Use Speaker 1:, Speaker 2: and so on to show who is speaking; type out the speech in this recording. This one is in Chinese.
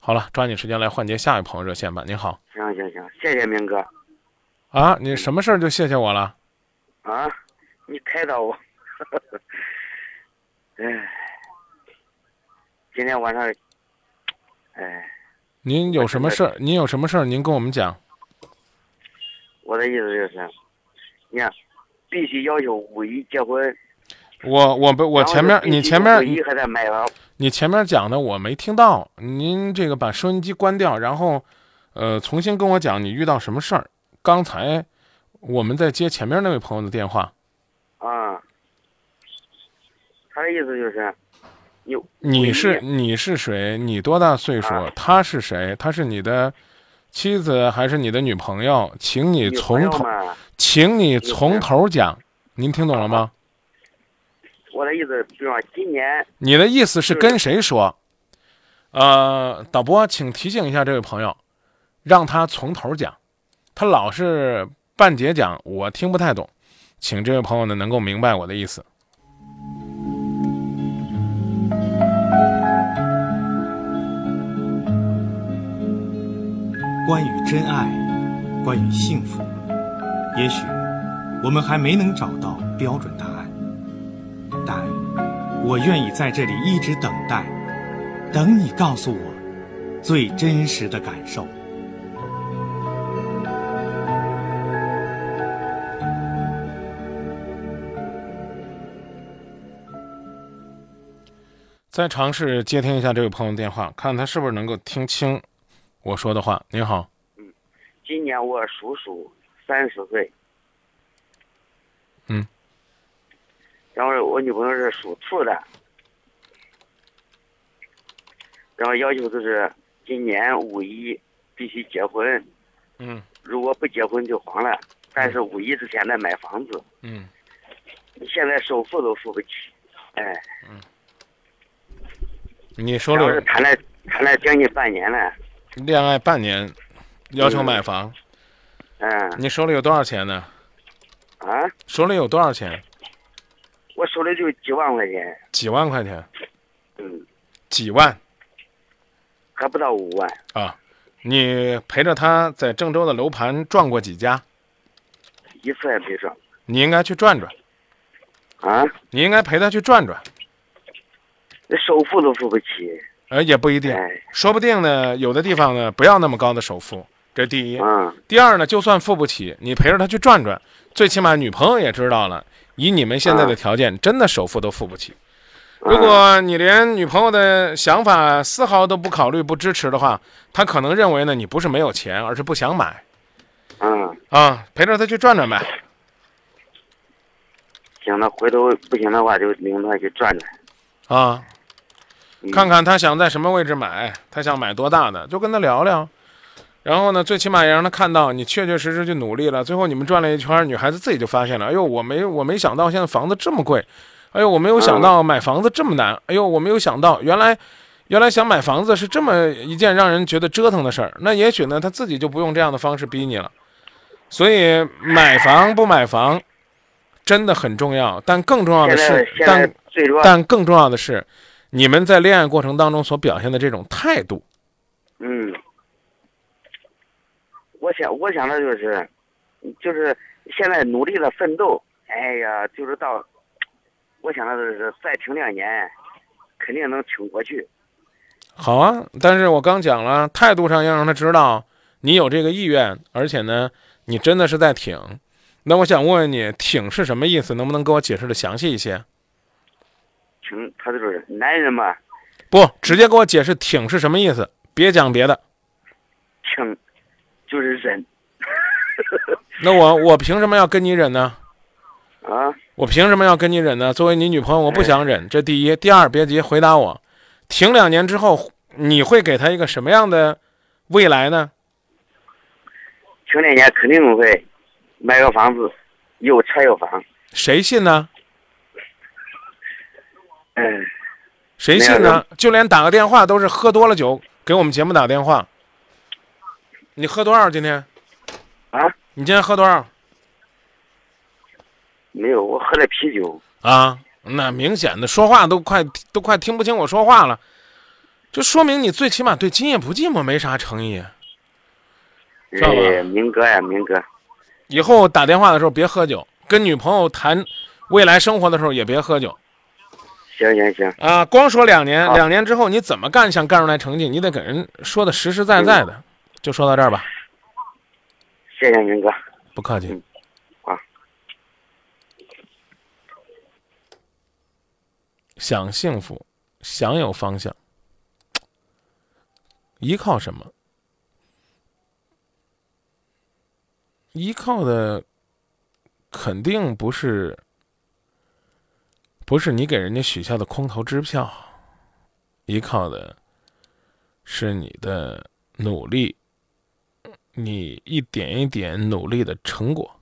Speaker 1: 好了，抓紧时间来换接下一朋友热线吧。您好
Speaker 2: 行行行，谢谢明哥
Speaker 1: 啊，你什么事儿就谢谢我了？
Speaker 2: 啊，你开导我。 哎，今天晚上，哎，
Speaker 1: 您有什么事儿？您有什么事儿？您跟我们讲。
Speaker 2: 我的意思就是，你看，必须要求五一结婚。
Speaker 1: 我我不我
Speaker 2: 然后
Speaker 1: 前
Speaker 2: 就
Speaker 1: 面
Speaker 2: 必
Speaker 1: 你
Speaker 2: 须
Speaker 1: 前
Speaker 2: 五
Speaker 1: 面
Speaker 2: 一还得买房。
Speaker 1: 你前面讲的我没听到，您这个把收音机关掉，然后，呃，重新跟我讲你遇到什么事儿。刚才我们在接前面那位朋友的电话，
Speaker 2: 啊，他的意思就是，你
Speaker 1: 你是你是谁？你多大岁数
Speaker 2: 啊？
Speaker 1: 他是谁？他是你的妻子还是你的女朋友？请你
Speaker 2: 你朋
Speaker 1: 从
Speaker 2: 友
Speaker 1: 头，
Speaker 2: 们，
Speaker 1: 请你
Speaker 2: 朋
Speaker 1: 从
Speaker 2: 友
Speaker 1: 头讲。您听懂了吗？
Speaker 2: 我的意思，比方今年
Speaker 1: 你的意思是
Speaker 2: 是
Speaker 1: 跟谁说？呃，导播，请提醒一下这位朋友，让他从头讲，他老是半截讲，我听不太懂，请这位朋友呢能够明白我的意思。
Speaker 3: 关于真爱，关于幸福，也许我们还没能找到标准答案，但我愿意在这里一直等待，等你告诉我最真实的感受。
Speaker 1: 再尝试接听一下这位朋友的电话，看他是不是能够听清我说的话。您好，
Speaker 2: 今年我叔叔三十岁，
Speaker 1: 嗯，
Speaker 2: 然后我女朋友是属兔的，然后要求就是今年五一必须结婚，
Speaker 1: 嗯
Speaker 2: 如果不结婚就黄了，但是五一之前得买房子，
Speaker 1: 嗯，
Speaker 2: 现在首付都付不起，哎，
Speaker 1: 你说
Speaker 2: 然后是
Speaker 1: 了
Speaker 2: 谈了谈了将近半年了，
Speaker 1: 恋爱半年，要求买房，
Speaker 2: 嗯
Speaker 1: 你手里有多少钱呢？
Speaker 2: 啊，
Speaker 1: 手里有多少钱？
Speaker 2: 我手里就几万块钱，
Speaker 1: 几万块钱？
Speaker 2: 嗯，
Speaker 1: 几万？
Speaker 2: 还不到五万，
Speaker 1: 啊，你陪着他在郑州的楼盘转过几家？
Speaker 2: 一次也没挣
Speaker 1: 你应该去转转，
Speaker 2: 啊。
Speaker 1: 你应该陪他去转转。
Speaker 2: 那首付都付不起。
Speaker 1: 呃，也不一定，
Speaker 2: 哎，
Speaker 1: 说不定呢，有的地方呢不要那么高的首付，这第一。
Speaker 2: 嗯，
Speaker 1: 第二呢，就算付不起，你陪着他去转转，最起码女朋友也知道了，以你们现在的
Speaker 2: 嗯
Speaker 1: 条件，真的首付都付不起。
Speaker 2: 嗯
Speaker 1: 如果你连女朋友的想法丝毫都不考虑、不支持的话，她可能认为呢你不是没有钱，而是不想买
Speaker 2: 嗯，
Speaker 1: 啊。陪着他去转转呗。
Speaker 2: 行，那回头不行的话就领他去转转。
Speaker 1: 啊，
Speaker 2: 嗯
Speaker 1: 看看他想在什么位置买，他想买多大的，就跟他聊聊。然后呢，最起码也让他看到你确确实实去努力了。最后你们转了一圈，女孩子自己就发现了，哎呦，我没我没想到现在房子这么贵，哎呦，我没有想
Speaker 2: 嗯
Speaker 1: 到买房子这么难，哎呦，我没有想到原来原来想买房子是这么一件让人觉得折腾的事儿。那也许呢，他自己就不用这样的方式逼你了。所以买房不买房真的很重要，但更重要的
Speaker 2: 现在
Speaker 1: 是，
Speaker 2: 现在
Speaker 1: 但
Speaker 2: 最主要，
Speaker 1: 但更重要的是，你们在恋爱过程当中所表现的这种态度，
Speaker 2: 嗯，我想我想的就是，就是现在努力的奋斗。哎呀，就是到，我想的就是再挺两年，肯定能挺过去。
Speaker 1: 好啊。但是我刚讲了，态度上要让他知道你有这个意愿，而且呢，你真的是在挺。那我想问问你，挺是什么意思？能不能给我解释的详细一些？
Speaker 2: 挺，他就是男人嘛，
Speaker 1: 不，直接给我解释挺是什么意思，别讲别的。
Speaker 2: 挺，就是忍
Speaker 1: 那我我凭什么要跟你忍呢？
Speaker 2: 啊。
Speaker 1: 我凭什么要跟你忍呢？作为你女朋友，我不想忍，这第一。第二，别急，回答我。停两年之后，你会给他一个什么样的未来呢？
Speaker 2: 挺两年肯定会买个房子，有车有房。
Speaker 1: 谁信呢？
Speaker 2: 嗯。
Speaker 1: 谁信
Speaker 2: 没有
Speaker 1: 呢？就连打个电话都是喝多了酒给我们节目打电话。你喝多少今天？
Speaker 2: 啊？
Speaker 1: 你今天喝多少
Speaker 2: 没有，我喝的啤酒。
Speaker 1: 啊？那明显的说话都快都快听不清我说话了。就说明你最起码对“今夜不寂寞”没啥诚意。知道吧
Speaker 2: 哎，明哥呀，明哥，
Speaker 1: 以后打电话的时候别喝酒，跟女朋友谈未来生活的时候也别喝酒
Speaker 2: 行行行，
Speaker 1: 啊！光说两年，
Speaker 2: 好
Speaker 1: 两年之后你怎么干想干出来成绩，你得给人说的实实在在的。就说到这儿吧，
Speaker 2: 谢谢明哥。
Speaker 1: 不客气
Speaker 2: 嗯。好
Speaker 1: 想幸福，想有方向，依靠什么？依靠的肯定不是不是你给人家许下的空头支票，依靠的是你的努力，你一点一点努力的成果。